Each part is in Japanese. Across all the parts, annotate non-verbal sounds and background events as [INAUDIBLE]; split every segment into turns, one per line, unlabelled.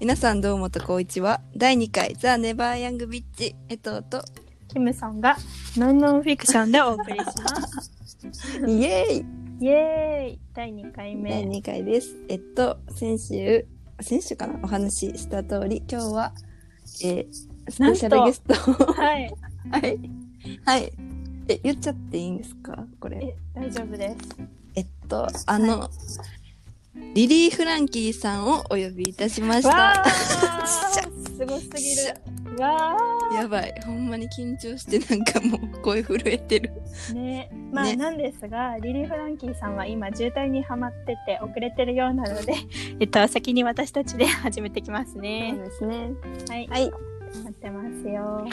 皆さんどうもとこういちは第2回ザ・ネバー・ヤング・ビッチえとと
キムさんがノンノンフィクションでお送りします。
イエーイ
[LAUGHS] イエーイ第2回
第
目。
2回ですえっと先週先週かなお話しした通り今日は、えースペシャルゲスト
はい。
[LAUGHS] はいはいえ言っちゃっていいんですかこれ
え、大丈夫です。
えっとあの、リリー・フランキーさんをお呼びいたしました
わーすごすぎる。わ
やばいほんまに緊張してなんかもう声震えてる
ーね。まあ、
ね
なんですが、リリー・フランキーさんは今渋滞にはまってて遅れてるようなので、 [LAUGHS] えっと、先に私たちで始めてきますね。
ですね
はい。
はい
待ってますよ。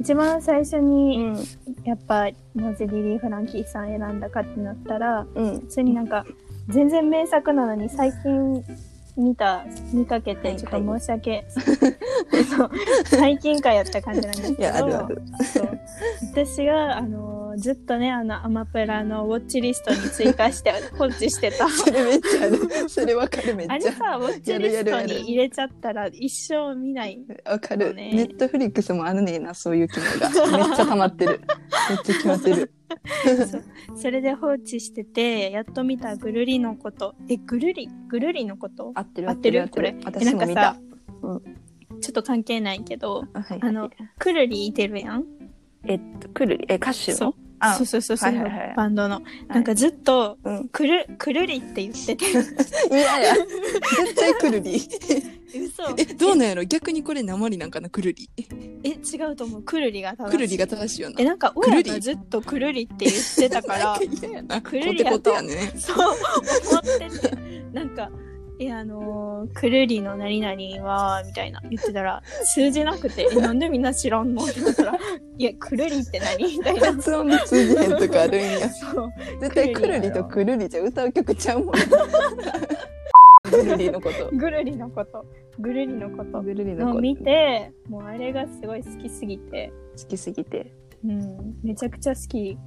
一番最初に、
ん
やっぱなぜリリー・フランキーさん選んだかってなったら、
うん
普通になんか全然名作なのに最近見た見かけ
はい
てちょっと申し訳、そう最近かやった感じなんですけ
い
ど
やあるある
そう私があのずっとねあのアマプラのウォッチリストに追
[LAUGHS]
加して放置してた
それめっちゃある。それわかるめっ
あれ
ちゃ。
さウォッチリストに入れちゃったら一生見ない
わかる。
ね
ネットフリックスもあるねんな、そういう機能が。めっちゃハマってる。めっちゃ決まってる。
それで放置しててやっと見たぐるりのことえぐるりぐるりのこと
合ってる
合ってるこれえ
私
なん
も
か
見
さ
た。、
ちょっと関係ないけど
あはい
あの、くるりいてるやん
えっと、くるり、え、歌手
そう
のあ
そうそうそうそう、
はいはいはい
バンドのなんかずっと
うん。
くるくるりって言ってて
いやいや、絶対くるり。
嘘
え、どうなんやろ逆にこれ鉛なんかなくるり。
え違うと思うくるりが正しい
くるりが正しいよな
え。なんか親
くる
が
り
ずっとくるりって言ってたから
嫌やな。
くるりやと
コテコテやね。
そう思っててなんかえあのーくるりの何々はみたいな言ってたら通じなくてえなんでみんな知らんのって言ったらいやくるりって何みたいな
発音で通じへんとかあるんや。
そう
絶対く
く
る
る
り
り
とくるりじゃ歌う曲ちゃ
[LAUGHS]
うもん。くるりのこと。
ぐるりのことぐるりのこと
くるりの
の
こ
を
と。
見
好
てもうあれがすごい好きすぎて
きすぎて。
うん、めちゃくちゃ好き。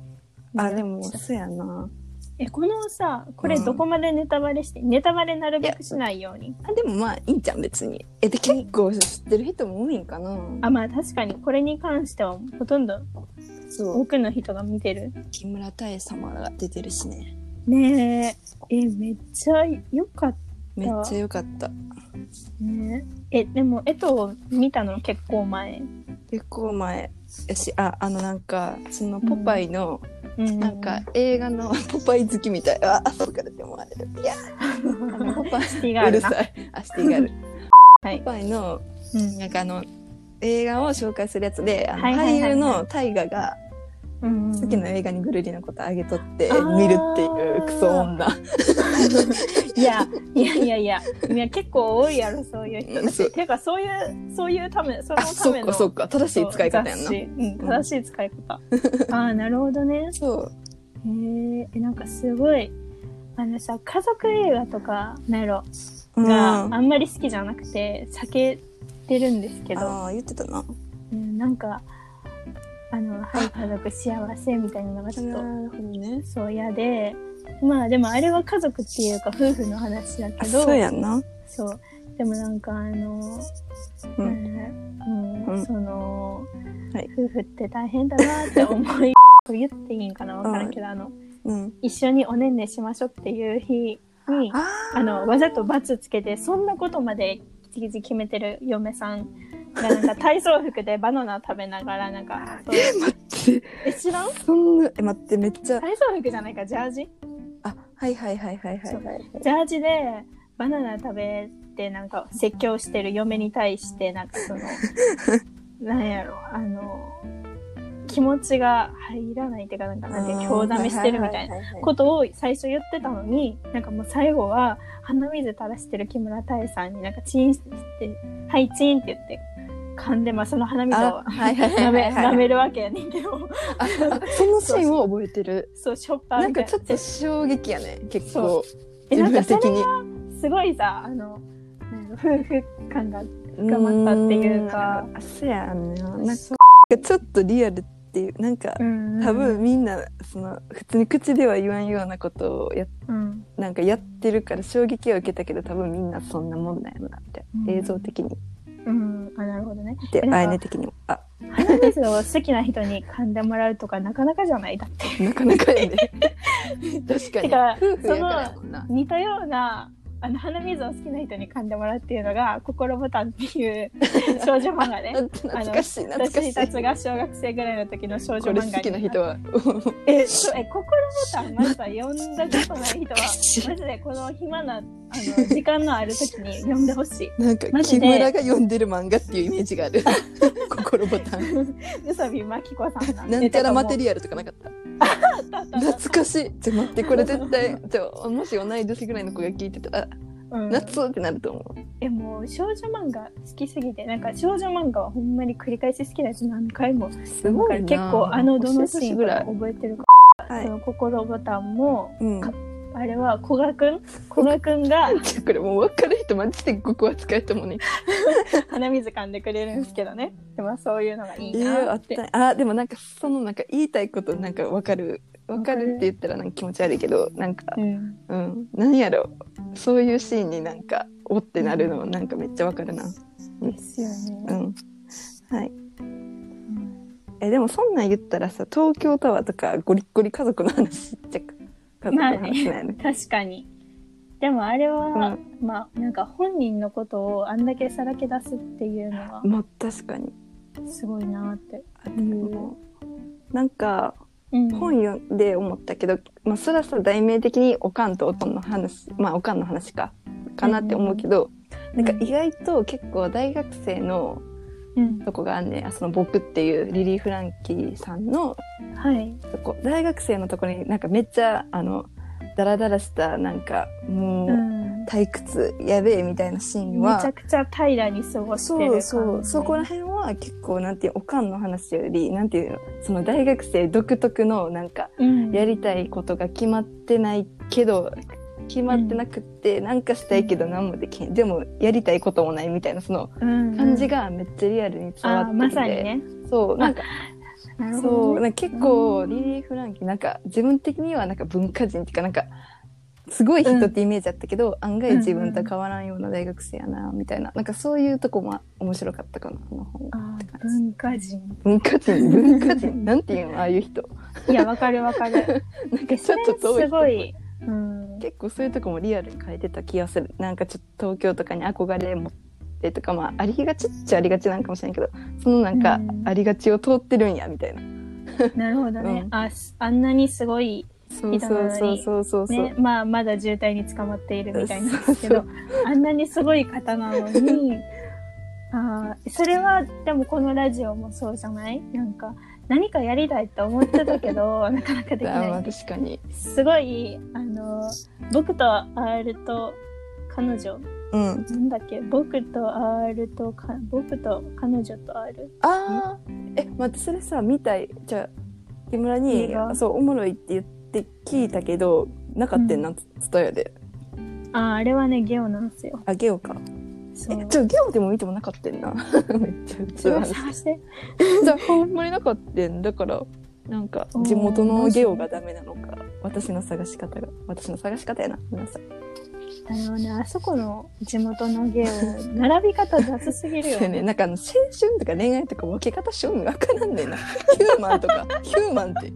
あ、でも、そうやな。
え、このさ、これどこまでネタバレして、ネタバレなるべくしないように。
あ、でもまあ、いいんじゃん、別に。え、で、結構知ってる人も多いんかな。
あ、まあ確かにこれに関してはほとんど
そう
多くの人が見てる。
木村多江様が出てるしね。
ねえ、え、めっちゃ良かった
めっちゃ良かった。
ね。え、でも、えと見たの結構前。
結構前やし、あ、あのなんか、そのポパイの、
うん
なんか映画のポパイ好きみたい。あ、そうからって思われる。いや、
あの
ポパイ。
シティがあ
う
る
る
な。
さい。アシティガール。
はい
ポパイの
うん
なんかあの映画を紹介するやつであの
はいはいはいはい
俳優の大河が
うん
好きな映画にぐるりのことあげとって
あー
見るっていうクソ女
いや、いやいやいや、いや結構多いやろ、そういう人
うん
た
そう
ち。てか、そういう、そういうため、その
あ
た
そ
め
っ
の。
かそっか正しい使い方やん
そ
な
う雑誌うん、正しい使い
[LAUGHS]
方。ああ、なるほどね。
そう
へーえ、なんかすごい、あのさ、家族映画とか、なんやろ、
うん
が
あ
あんまり好きじゃなくて、避けてるんですけど、
あー言ってたな
うん、なんか、あの、はい、家族幸せみたいなのがちょっと、
るほどね
そう嫌で、まあでもあれは家族っていうか夫婦の話だ
あ
けど、
そうやんな
そう。でもなんかあの、
うん
うん
うん
その、
はい
夫婦って大変だなって思い、 [LAUGHS] これ言っていいんかなわからんけど、あの、
うん
一緒におねんねしましょうっていう日に、
あ
あの、わざと罰つけて、そんなことまでギチギチ決めてる嫁さんが、なんか体操服でバナナ食べながら、なんか、そう
ー待って
え、知らん
そんなえ待ってめっちゃ
体操服じゃないか、ジャージ
あはいはいはいはいはいはい
ジャージでバナナ食べてなんか説教してる嫁に対してなんか
[LAUGHS]
そのなんやろあの気持ちが入らないっていうかなんかなんていう
うん
興ざめしてるみたいな
はははは
ことを最初言ってたのになんかもう最後は鼻水垂らしてる木村多江さんになんかチンして「はいチン」って言って噛んでまあその鼻水を
あはいはいは
舐
いは
め
いはい
舐めるわけやねんけど
ああそのシーンを覚えてる
そうしょっぱ
な
み
ん
た
か
い
ちょっと衝撃やね結構
え
自
なんか
分
そ
的
れ
に
すごいさあのなんやろ夫婦感が頑張ったっていうか
うーん。そうやんな。なんかちょっとリアル
っていうなんか
うんうん
多分みんなその普通に口では言わんようなことをや
うん
なんかやってるから衝撃は受けたけど多分みんなそんなもんなんやろなって、
うん
映像的に
うんあなるほどね
で
えなんか
あやね的にもあ
花水を好きな人に噛んでもらうとかなかなかじゃないだっ
[LAUGHS]
て
なかなかやね確か
て
に
か
夫婦やからやもんな
似たようなあの花水を好きな人に噛んでもらうっていうのが「心ボタン」っていう少女漫画ね
な懐かしい [LAUGHS] 懐かし
私
い
たちが小学生ぐらいの時の少女
こ
漫
れ好
画に
きな人は
えそうえ心ボタンまずは読んだ
[LAUGHS]
ことない人はマジでこの暇なあの時間のある時に読んでほしい
なんか
マジ
木
で
村が読んでる漫画っていうイメージがあ [LAUGHS] る心ボタ [LAUGHS] ン
宇佐美真紀子さんが
なんちゃらマテ
リ
リアルとかなかった
ア懐
懐かしいじゃ待ってこれ絶対じゃあもし同い年ぐらいの子が聞いてたら夏ってなると思う
えもう少女漫画好きすぎてなんか少女漫画はほんまに繰り返し好きなやつ何回も
す
だから
な
結構あのどのシーン
ぐ
からら
い
覚えてるか、
はい
その心ボタンも
うん
あれは古賀く
[LAUGHS]
ん古賀くんが
これもう分かる人マジで極扱いともね
鼻水噛んでくれるんですけどねでもそういうのがいい
いや
な
あ
っ、
ってた [LAUGHS] あでもなんかそのなんか言いたいことなんか分かる分かるって言ったらなんか気持ち悪いけどなんか
うん、
うんなんやろそういうシーンになんかおってなるのなんかめっちゃ分かるな
ですよ
う
ね、
んはい
うん
えでもそんなん言ったらさ東京タワーとかゴリッゴリ家族の話っちゃ家族の話なんやね
確かにでもあれは、まあなんか本人のことをあんだけさらけ出すっていうのは
まあ確かに
すごいなって、
あでもなんか
うん、
本読んで思ったけど、まあ、そらそら題名的におかんとおとんの話まあおかんの話かかなって思うけど、なんか意外と結構大学生の
うん、
とこがあんねんあその僕っていうリリー・フランキーさんの
はい
とこ大学生のとこになんかめっちゃあのダラダラしたなんかもう
うん
退屈やべえみたいなシーンは、
めちゃくちゃ平らに過ごして
そ
る感じ
うそうそこら辺は結構なんていうおかんの話よりなんていうのその大学生独特のなんか
うん
やりたいことが決まってないけど決まってなくって、なんかしたいけど何もできへんでもやりたいこともないみたいなその
感
感じがめっちゃリアルに伝わ
あ
って
ー
て、
まさにね
そうなんか
なる
そ
ほ
う
ど
な
ね
んか結構リリー・フランキーなんか自分的にはなんか文化人っていうかなんかすごい人ってイメージあったけど、案外自分と変わらんような大学生やなみたいななんかそういうとこも面白かったかなこの本
あー文化人
文化人
[LAUGHS]
文化人なんていうのああいう人
いやわかるわかる
[LAUGHS] なんかちょっと遠い
そ
人
れすごい、うん、
結構そういうとこもリアルに変えてた気がするなんかちょっと東京とかに憧れ持ってとかまあありがちっちゃありがちなんかもしれんけどそのなんか
うん
ありがちを通ってるんやみたいな、
なるほどね、
うん
あすあんなにすごい、
そうそうそうそうそうそう、
ねまあ、まだ渋滞に捕まっているみたいなんですけ
そ
どあんなにすごい方なのにあーそれはでもこのラジオもそうじゃないなんか何かやりたいって思ってたけど [LAUGHS] なかなかでき
あーま
な
あ
い
確かに
すごいあの僕と R と彼女
うん
なんだっけ僕と R とか僕と彼女と R
ああえ待ってそれさ見たいじゃあ木村に
映画
そうおもろいって言って聞いたけどなかったよな、つつたやで
あーあれはねゲオなんですよ
あげようか
そ
え
う
じゃあゲオでも見てもなかったよな [LAUGHS] めっちゃうち
それ
の
を
話
探して
じゃあほんまになかったんだからなんか地元のゲオがダメなのか私の探し方が私の探し方やな皆さん
あのねあそこの地元のゲオ並び方雑すぎるよ
そうやねなんかあの青春とか恋愛とか分け方趣味分からんねんなヒューマンとかヒューマンって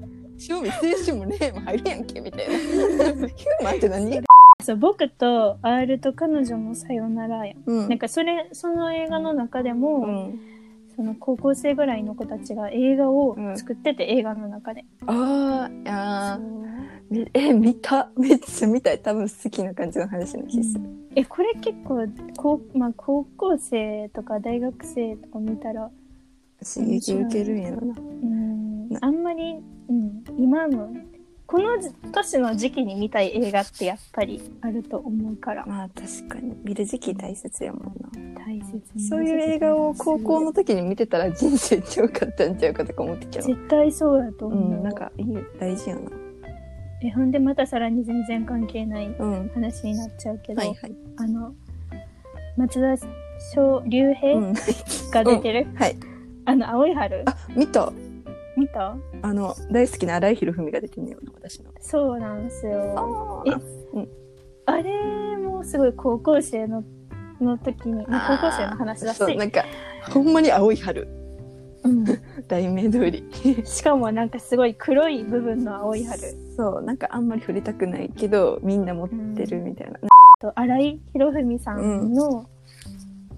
趣味青春も恋愛も入るやんけみたいなヒューマンって何
そう僕と R と彼女もさよならやん
うん
なんかそれその映画の中でも、
うん、
その高校生ぐらいの子たちが映画を作ってて、映画の中で
あーあー
そう
みえ見ためっちゃ見たい多分好きな感じの話の気する、
えこれ結構高,、まあ、高校生とか大学生とか見たら
刺激受けるんやろな
うん
な
あんまり、うん、今のこのじ年の時期に見たい映画ってやっぱりあると思うから
まあ確かに見る時期大切やもんな
大切に
そういう映画を高校の時に見てたら人生ちゃうかったんちゃうかとか思ってきたう
絶対そうだと
う
思う、
んなんかいい大事やな
えほんでまたさらに全然関係ない
うん
話になっちゃうけど、
はいはい
あの松田翔竜
う
兵
ん
が出てる、
はい
あの青い春
あ見た
見見た
あの大好きな荒井博文が出てんのよな私の
そうなんですよ。
え
あれもすごい高校生のの時に、まあ高校生の話だし、
そうなんかほんまに青い春
うん
題名通り
しかもなんかすごい黒い部分の青い春。
そうなんかあんまり触れたくないけどみんな持ってるみたいな、
と新井博文さんの、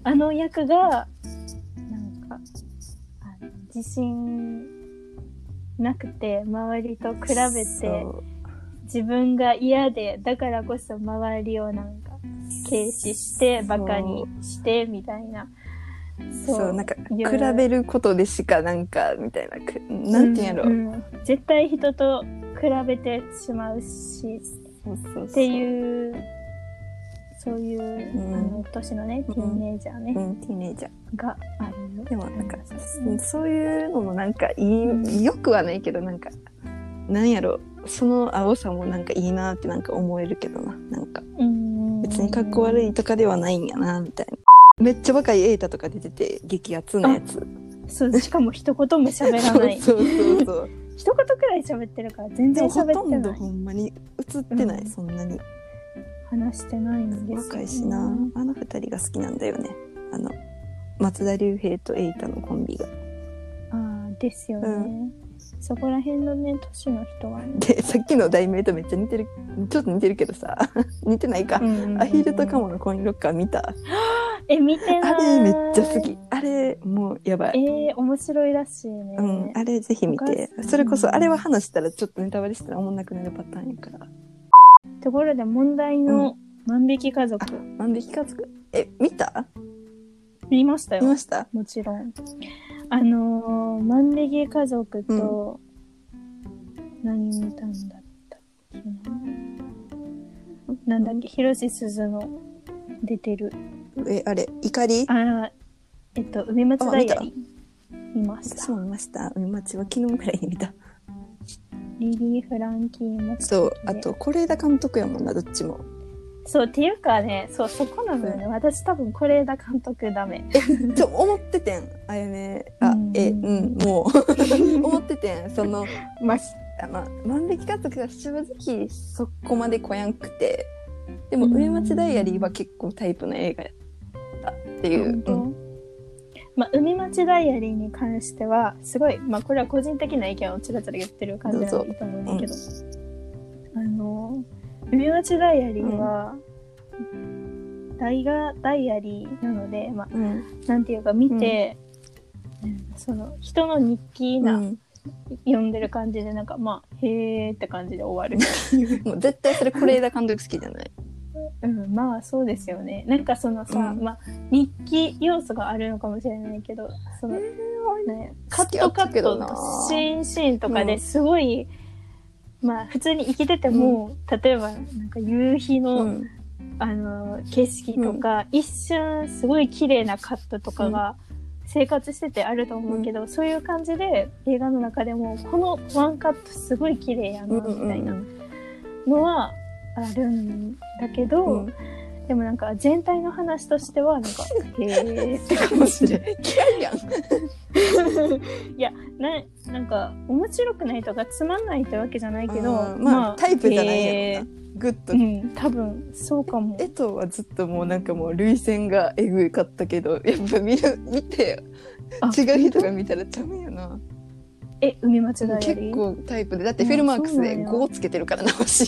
あの役がなんかあの自信なくて周りと比べて
そう
自分が嫌でだからこそ周りをなんか軽視してバカにしてみたいな
そうなんか
い
比
や
べることでしかなんかみたいなくなんていうんやろ、
んん絶対人と比べてしまうし
そうそうそう
っていうそういう、
うん
あの年のねティーンエイジャーね、
うんティーネイジャー
がある
でもなんか、
う
そういうのもなんかい
ん
いよくはないけどなんかなんやろその青さもなんかいいなってなんか思えるけどななんか
うん
別に格好悪いとかではないんやなみたいなめっちゃ若いエータとか出てて激アツなやつ
そうしかも一言も喋ら
そ
な
う [LAUGHS]
い
そうそうそう
一言くらい喋ってるから [LAUGHS] 全
で
然
もほ
喋
と
って
ん
な
ど
い
ほんまに映ってない、
うん
そんなに
話してないんですよね
若いしなあの二人が好きなんだよねあの松田龍平と瑛太のコンビが
ああですよね、
う
そこら辺のね年の人はね
でさっきの題名とめっちゃ似てるちょっと似てるけどさ [LAUGHS] 似てないか、アヒルとカ
も
モのコインロッカー見た
え見てない
あれめっちゃ好きあれもうやばい
えー、面白いらしいね、
うん、あれぜひ見て
お母さん
それこそあれは話したらちょっとネタバレしたらおもんなくなるパターンやから
ところで問題の万引き家族、
万引き家族え見た
見ましたよ
見ました
もちろん。あのー万引き家族と、何見たんだったっけな。なんだっけ、広瀬すずの出てる。
えあれ怒り
あーえっと、海松ダイアリー。見まし
私
た。
も見ました海町は昨日ぐらいに見た
リリー・フランキーも。
そうあと是枝監督やもんなどっちも
そう、っていうかね、そう、そこなのよね。私多分、是枝監督ダメ。
ちょ思っててんあやねあ
うん
えうんも
[LAUGHS]
う思っててんその
まあ、
あまあ万引き家族は正直そこまでこやんくてでも
うん
上町ダイアリーは結構タイプの映画やったっていう、うん
まあ、海町ダイアリーに関してはすごい、まあ、これは個人的な意見をちらちら言ってる感じなんでいいと思うんだけど、あの海町ダイアリーは、大河ダイアリーなので、まあ、
うん
なんていうか見て、その人の日記な、
うん
読んでる感じでなんかまあへーって感じで
[LAUGHS]
終わる、
もう絶対それ是枝監督好きじゃない
うん、まあそうですよねなんかそのさ、
うん
まあ、日記要素があるのかもしれないけどそのね、カットカットのシーンシーンとかですごい、まあ普通に生きてても、例えばなんか夕日の,、
うん
あの景色とか、一瞬すごい綺麗なカットとかが生活しててあると思うけど、そういう感じで映画の中でもこのワンカットすごい綺麗やな
うん
み
うん
たいな
うん
のはあるんだけど、
うん
でもなんか全体の話としてはなんかへえって
かもしれん嫌いやん
いやななんか面白くないとかつまんないってわけじゃないけど、
うんまあタイプじゃないんやろ
え
なグッと
ーうん多分そうかも
江藤はずっともうなんかもう涙腺がえぐかったけどやっぱ見る見て
あ
違う人が見たらダメやな
え海町ダイアリー
結構タイプでだってフィルマークスで
うんそうなんや
5をつけてるからな
[LAUGHS]
私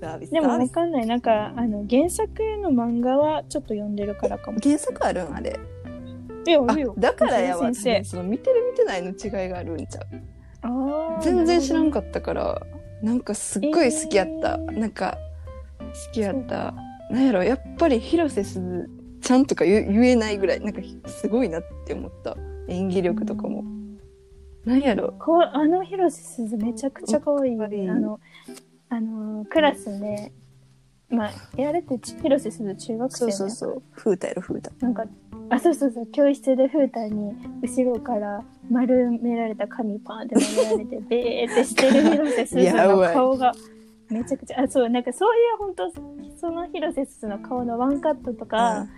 サービス
でも
サービ
わ
ス
かんないなんかあの原作の漫画はちょっと読んでるからかも
原作あるんあれ
いやあ
あ
るよ
だからやわ
先生
その見てる見てないの違いがあるんちゃう
あー
全然知らん
な
か
る
ったからなんかすっごい好きやった、
えー
なんか好きやったなんやろやっぱり広瀬すずちゃんとか言言えないぐらいなんかすごいなって思った演技
ほど
力とかもなんやろ
かわあの広瀬すずめちゃくちゃ可愛いよね
うん
あのあのクラスでまあやれてち広瀬すず中学生
そう
の
そうそう風太やろ風太
なんか、あ、そうそうそう、教室で風太に後ろから丸められた紙パンで丸めら
[LAUGHS]
れて、べーってしてる広瀬すず
や
の
ばい
顔が、めちゃくちゃ、あ、そう、なんかそういう本当、その広瀬すずの顔のワンカットとか、
うん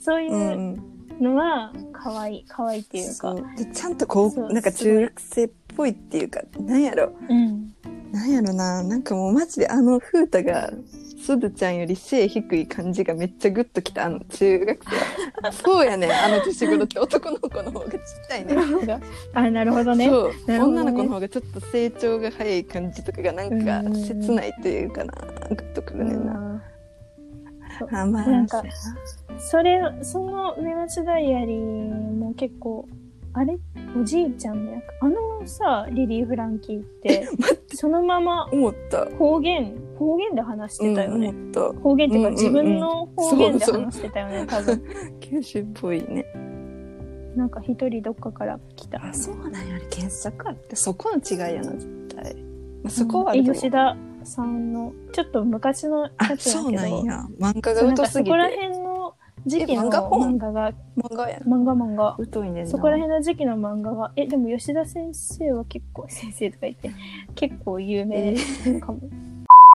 そういう、
うんうん
のは可愛い可愛いっていう
そ
か
うでちゃんとこ
そう
うなんか
すごい
中学生っぽいっていうかなんやろ
うん
なんやろななんかもうマジであの風太がすずちゃんより背低い感じがめっちゃグッときたあの中学生そうやね
[LAUGHS]
んあの年頃って男の子の方がちっちゃいね
あなるほどね
そう、
なるほどね
女の子の方がちょっと成長が早い感じとかがなんか
うん
切ないというかなグッとくるねんな、
うん
あまあ
なんかそれその「目立ちダイアリー」も結構あれおじいちゃんの役あのさリリー・フランキーってそのまま
思った
方言方言で話してたよね、
うん、思っ
方言っていうか
うんうんう
自
ん
分の方言で
そうそう
話してたよね多分 [LAUGHS]
た九州っぽいね
なんか一人どっかから来た
あそうなんやあれ原作あってそこの違いやな絶対、まあ、そこはあ
え
ると思う
吉田さんのちょっと昔のやつ
あ
だけど
そうなんや漫画
そう
が
なん
疎
か
す
そ
ぎ
こら
て
辺の時期
え
の
漫画本
漫画が
漫画やな
漫画漫画
疎いねんな
そこら辺の時期の漫画がえでも吉田先生は結構先生とか言って結構有名かも、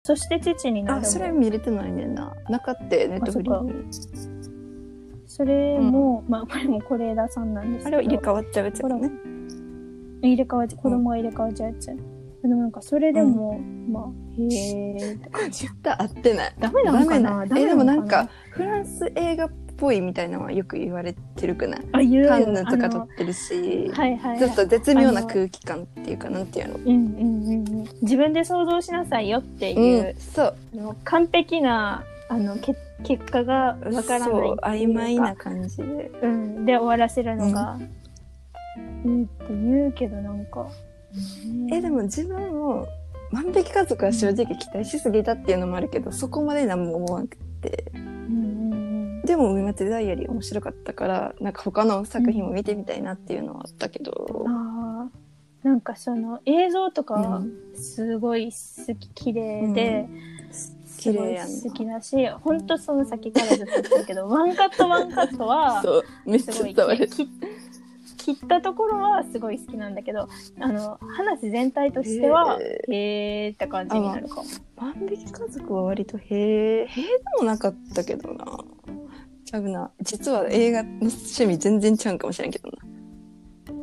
そして父になる
あ
も
そ
そ
れ
れ
見れてないねんななかってネットフリ
あそっ
ーに
も、まあこれも是枝さんなんです
あ
け
れは
ど
入れ替わっちゃうやつやね
入れ替わっちゃ子供が入れ替わっちゃうやつ、でもなんかそれでも、まあへえ
絶対合ってない
ダメなのか
[LAUGHS]
な
ダメえでもなん
ダメ
かフランス映画っぽいみたいなのはよく言われてるくない
あ言うよ
カンヌと
あ
か撮
の
ってるし、
はいはい、はい、
ちょっと絶妙な空気感っていうかなんていうの
うんうんうんうん、自分で想像しなさいよっていうう、
んそう
あの完璧なあのけ結果がわからない
そう
っていう
曖
か
昧な、感じで
うん、で終わらせるのがいいって言うけどなんか、
えでも自分も万引き家族は正直期待しすぎたっていうのもあるけどそこまで何も思わなくて
うんうん
でも「海町ダイアリー」面白かったからなんか他の作品も見てみたいなっていうのはあったけど
うん、、あーなんかその映像とか
うん
すごい好き綺麗で、す
綺
ご
麗
い
やんな
好きだし本当その先からずっと言ってる
[LAUGHS]
けどワンカットワンカットは
そうめっ
す
ちゃ
ごい
伝わる
きき切ったところはすごい好きなんだけどあの話全体としては
へ
へえーって感じになるかも。
万引き家族は割とへえへえでもなかったけどなちゃうな実は映画の趣味全然ちゃうんかもしれんけど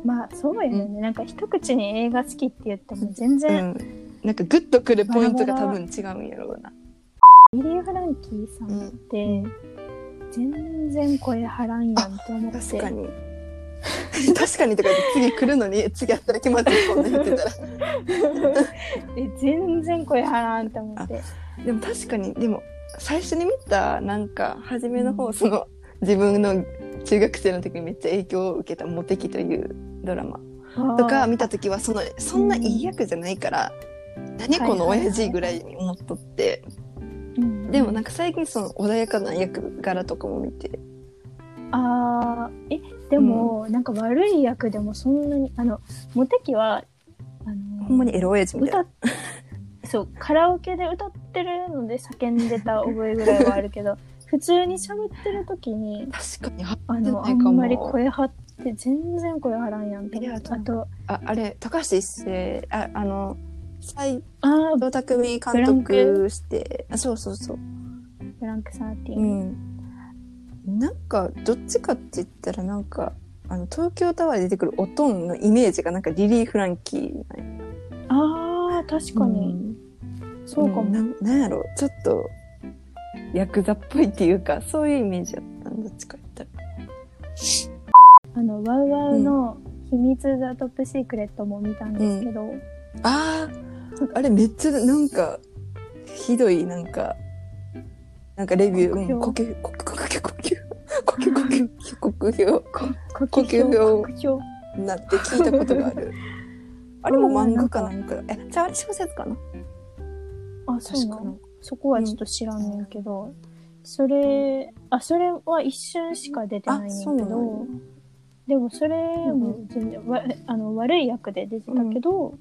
まあそうやね、なんか一口に映画好きって言っても全
な、
然、
うん、なんかグッとくるポイントが多分違うんやろうな、
リリー・フランキーさん
うん、
って全然声張らんやんと思って
確かに確かにと [LAUGHS] か言って次来るのに次やったら決まってこんな言ってたら
[LAUGHS] え全然声張らんと思って
でも確かにでも最初に見たなんか初めの方その自分の中学生の時にめっちゃ影響を受けた「モテキ」というドラマと
あ
か
ー
見た時はそのそんないい役じゃないから、何この親父ぐらいに思っとって、
うん
でもなんか最近その穏やかな役柄とかも見て
あーえでも、なんか悪い役でもそんなにあのモテキはあの
ほんまにエロ親父みた
歌
い
っそうカラオケで歌ってるので叫んでた覚えぐらいはある
[LAUGHS]
けど普通に喋ってる時に
な確かにあ
あ
じゃ
の
な
あ
い
ん
かも
まり声張って全然声張らんやんと
い
思っ
や
て
そう
あと
ああれ高橋一生ああの斎
ああ
藤匠
ブ
監
ラン
督
ク
してあそうそうそう
ブランクサーティー
う
ン、
んなんかどっちかって言ったらなんかあの東京タワーで出てくるおとんのイメージがなんかリリー・フランキーなんや
あー確かに、
うん
そうかも、
んなんなんやろちょっとヤクザっぽいっていうかそういうイメージだったんどっちか言ったら
あのワウワウの「秘密ザトップシークレット」も見たんですけど、
あーあれめっちゃなんかひどいなんかなんかレビューうん呼
酷
吸呼吸呼吸呼吸呼吸呼吸呼
呼
呼吸表
呼吸表
吸なって聞いたことがあ
[LAUGHS]
るあれも漫画かなんかえじゃああれ小説かな
あそうな
確か
のそこはちょっと知らんねんけど、それあそれは一瞬しか出てないねんだけ
あそうな
ど
の
でもそれも全然、わあの悪い役で出てたけど、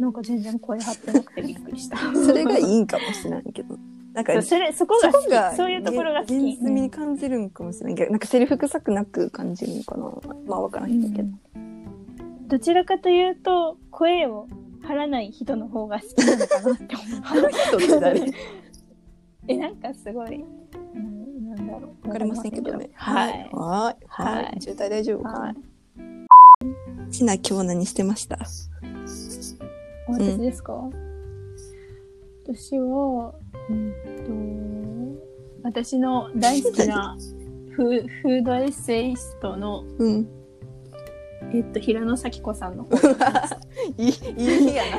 なんか全然声張ってなくてびっくりした
[LAUGHS] それがいいんかもしれないけどなんか
そうそれそこが
そ
好
こ
き
が
そういうところが好き、
現実味に感じるんかもしれないけど、なんかセリフ臭くなく感じるのかなまあわから
うん
けど、
んどちらかというと声を張らない人の方が好きなのかなって思った [LAUGHS]
あの人って誰
えなんかすごい、うんなんだだろう。
わかりませんけどね。
はい。
はい。
はい
はい。渋滞大丈夫か
は。
ないちな、今日何してました
私ですか、私は、うんと、私の大好きなフフードエッセイストの、 [LAUGHS]
うん。
えっと、平野咲子
[LAUGHS]
さんの本
いい、いい日やな。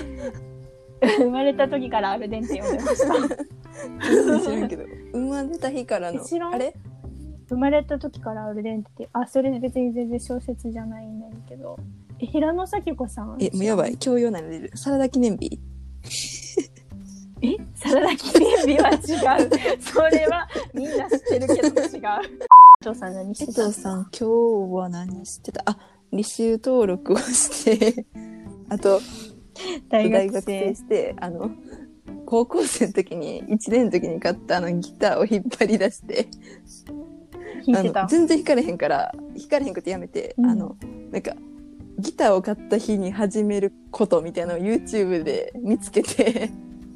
生まれた時からアルデンテ読んでました。
[LAUGHS] 知らんけど。生まれた日からの。
知らん
あれ
生まれた時からアルデンテって、あ、それ別に全然小説じゃないんだけど、え平野咲子さん
え、もうやばい。今日用なの出る。サラダ記念日。
えサラダ記念日は違 [LAUGHS] う。それはみんな知ってるけど違う。お父さん何し
江
てた
藤さん、今日は何してたあ、履修登録を
[LAUGHS]
して、あと、
大
大
学
学
生
生。して、あの、高校生の時に、1年の時に買ったあのギターを引っ張り出して、
弾い
あ
て
の
た。
全然弾かれへんから、弾かれへんことやめて、
うん
あの、なんか、ギターを買った日に始めることみたいなのを YouTube で見つけ
[LAUGHS]
て、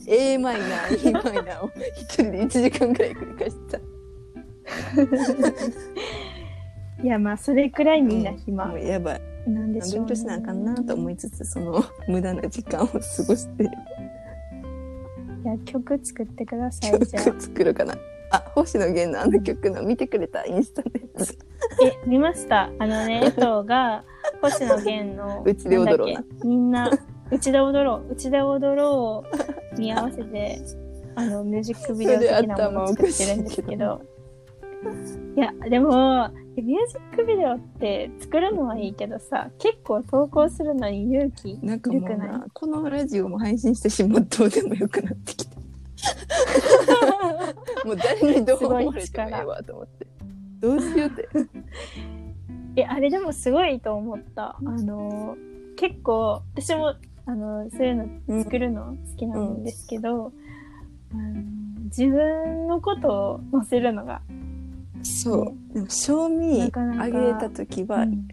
A マイナー、E マイナーを一人で1時間くらい繰り返した。
いやまあそれくらいみんな暇
もうやばい。
なんでしょ
勉
う、ね。
強しなあかんなと思いつつ、その [LAUGHS] 無駄な時間を過ごしてる
いや曲作ってください
曲
じゃあ。
作るかな。あ、星野源のあの曲の見てくれたインスタのやつ。
え見ました。あ
[LAUGHS]
のね江藤が星野源の
うちで踊ろうな
なんだっけみんなうちで踊ろううちで踊ろうを見合わせてあのミュージックビデオ的なものを作ってるんですけど。いやでもミュージックビデオって作るのはいいけどさ結構投稿するのに勇気
[LAUGHS]
い
なんかも
る
う
[LAUGHS] くない
な、このラジオも配信してしもうどうでもよくなってき
[LAUGHS]
た。もう誰にどう思われてもええわと思って。どうしようって。
えあれでもすごいと思ったあの結構私もあのそういうの作るの好きなんですけど、あの自分のことを載せるのが、
そう。でも、賞味
なかなか
あげた時は、
うん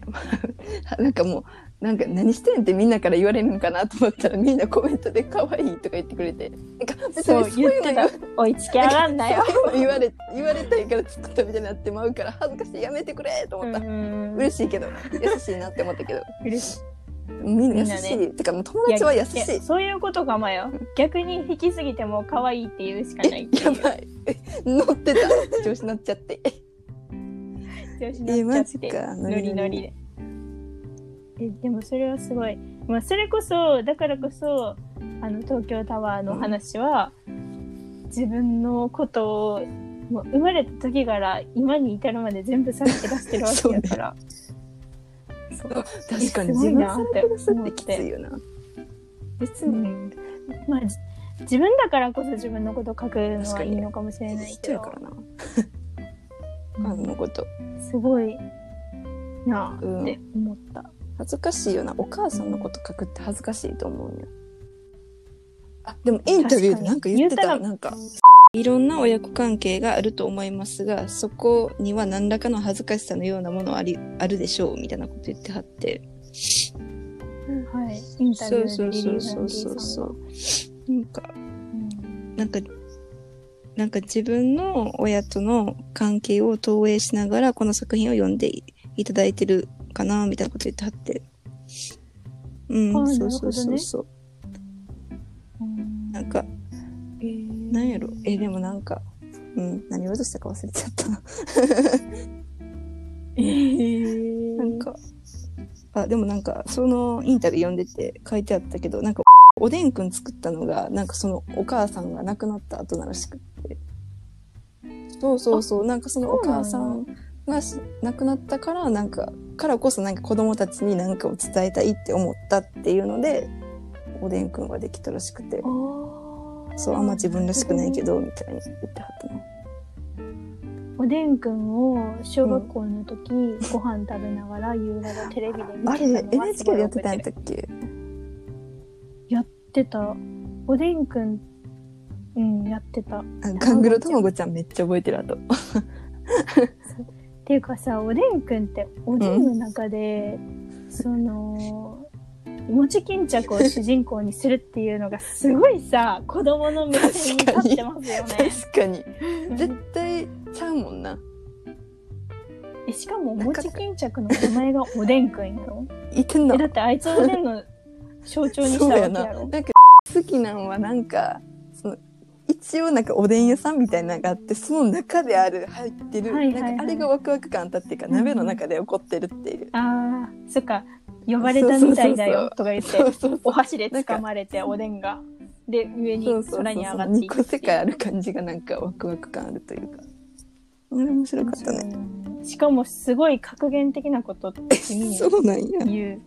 [LAUGHS] なんかもう、なんか何してんってみんなから言われるんかなと思ったらみんなコメントで可愛いとか言ってくれて。なんか別に
そう
そうい
言っ
うの
て
言わ
た「追いつけあらんなよ
そう [LAUGHS] 言われ言われたいから作ったみたいになってまうから恥ずかしいやめてくれと」
う
思った、
ん
嬉しいけど優しいなって思ったけど
嬉し
みんな優し
み
い、てかもう友達は優しい
いやそういうことかまよ逆に引きすぎても可愛いって言うしかないっていう
やばい [LAUGHS] え乗ってた調子乗っちゃって
調子乗っちゃって
えマジか
ノリノリでえでもそれはすごい、まあ、それこそだからこそあの東京タワーの話は、自分のことをもう生まれた時から今に至るまで全部さらけ出してるわけ
[LAUGHS]
だから [LAUGHS] そう,、
確かに
すご
自
い
分
な
さ
っ
ら
て
け出すっ
思って
きつい
て、
よな別
う
に、
んまあ、じ自分だからこそ自分のこと書くの
確
は
か
い
に
いのかもしれない
人
け
や
ど
からなあのこと
すごいなあって思った。
恥ずかしいよなお母さんのこと書くって恥ずかしいと思うんよあでもインタビューでなんか言ってた
確かに言ったら
なんかいろんな親子関係があると思いますがそこには何らかの恥ずかしさのようなものありあるでしょうみたいなこと言ってはって
はい、インタビ
そ
ュ
うそ
ーで
う
リリ
そ
ー・
う
さ
そ
ん
う
さ
そ
ん
う
が
そうなんか
うん
なんかなんか自分の親との関係を投影しながらこの作品を読んでいただいてるかなみたいなこと言ってはってうん
あー
そうそう
なるほど
そう
ね
そう
うん
なんかなんやろえでもなんかうん何を落としたか忘れちゃったななんかあでもなんかそのインタビュー読んでて書いてあったけどなんかおでんくん作ったのがなんかそのお母さんが亡くなった後ならしくってそうそうそうなんかそのお
そうなんや
母さんがし亡くなったからなんかからこそなんか子供たちに何かを伝えたいって思ったっていうのでおでんくんができたらしくてそうあんま自分らしくないけどみたいに言ってはったの。
おでんくんを小学校の時、ご飯食べながら夕方テレビで見てたの
あれ
は
NHK でやってたんやっ
や
たっけ
ってたおでんくんうんやってたっ
あガングロたまごちゃんめっちゃ覚えてるあと。
ていうかさおでんくんっておでんの中で、その餅
[LAUGHS]
巾着を主人公にするっていうのがすごいさ子供の目線に立ってますよね
確かに
[LAUGHS] うん
絶対ちゃうもんな
えしかもお餅巾着の名前がおでんくんやろ
言ってんだ
えだってあいつおでんの象徴にしたわけやろ
そうなんか好きなんはなんかその一応なんかおでん屋さんみたいなのがあってその中である入ってる、
はいはいは
な
い
んかあれがワクワク感あったっていうか、
うん
鍋の中で起こってるっていう。
あーそっか呼ばれたみたいだよとか言って
そうそう
お箸で掴まれておでんがで上に
そうそうそう
空に上がってい
2
く
個
って
世
いう
界ある感じがなんかワクワク感あるというかあれ面白かったね
うんしかもすごい格言的なことって君に
そうなんや
言う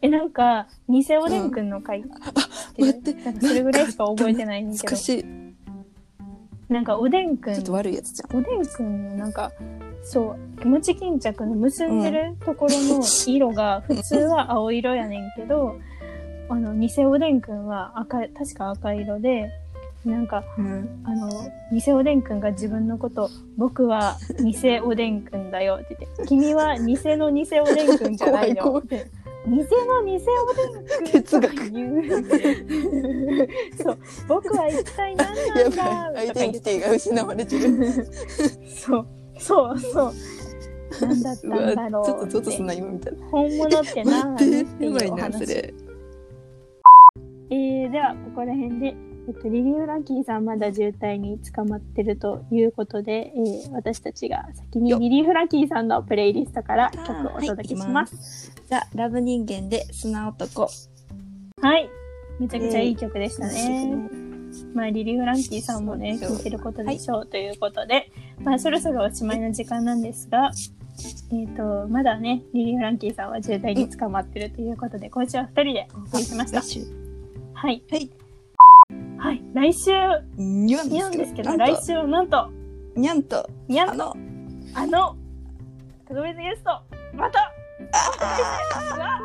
えなんか偽おでんくんの回って、
待って
なんかそれぐらいしか覚えてないんだけ
少
ど
し
なんかおでんくん
ちょっと悪いやつじゃん
おでんくんのなんかそう餅巾着の結んでるところの色が普通は青色やねんけど、 [LAUGHS] あの偽おでんくんは赤い確か赤色でなんか
うん
あの偽おでんくんが自分のこと「僕は偽おでんくんだよ」って
[LAUGHS]
言って「君は偽の偽おでんくんじゃないよ」
怖い怖い
って「偽の偽おでんく
[LAUGHS]
ん」
哲
と
学
か言う [LAUGHS] そう「僕は一体何な
や
んだ」
ばいアイ
とか
デン
言
ティ
っ
ティが失われ
[LAUGHS]
てる
そうそうそう。なんだった
うんわ
だろ
ちょっ
う
と
っ
ちょっと
て
そんな今みたいな
本物って何な
待
の [LAUGHS]
っ
って
て
い
やばいうな
お
そ
話。
れ
えー、ではここら辺で、えっと、リリー・ランキーさんまだ渋滞に捕まってるということで、えー私たちが先に
よっ
リリー・フランキーさんのプレイリストから曲をお届けします。
す。ザ・ラブ人間で砂男。
はい、めちゃくちゃいい曲でしたね。
うん
まあ、リリー・フランキーさんもね、
そう
聴いてることでしょう、ということで、まあ、そろそろおしまいの時間なんですが、えっ、と、まだね、リリー・フランキーさんは渋滞に捕まってるということで、今週は2人でお送りしました
来。週
はい。
はい。
はい、来週
にゃん
なんですけど、
なん
来
と
週はなんと、
にゃんと
にゃ
あ
んと
の
あの特別ゲストまたうわ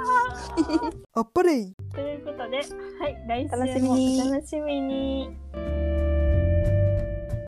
ー
あっぱれ
[LAUGHS] ということで、はい、来週も
楽しみに
お楽しみに。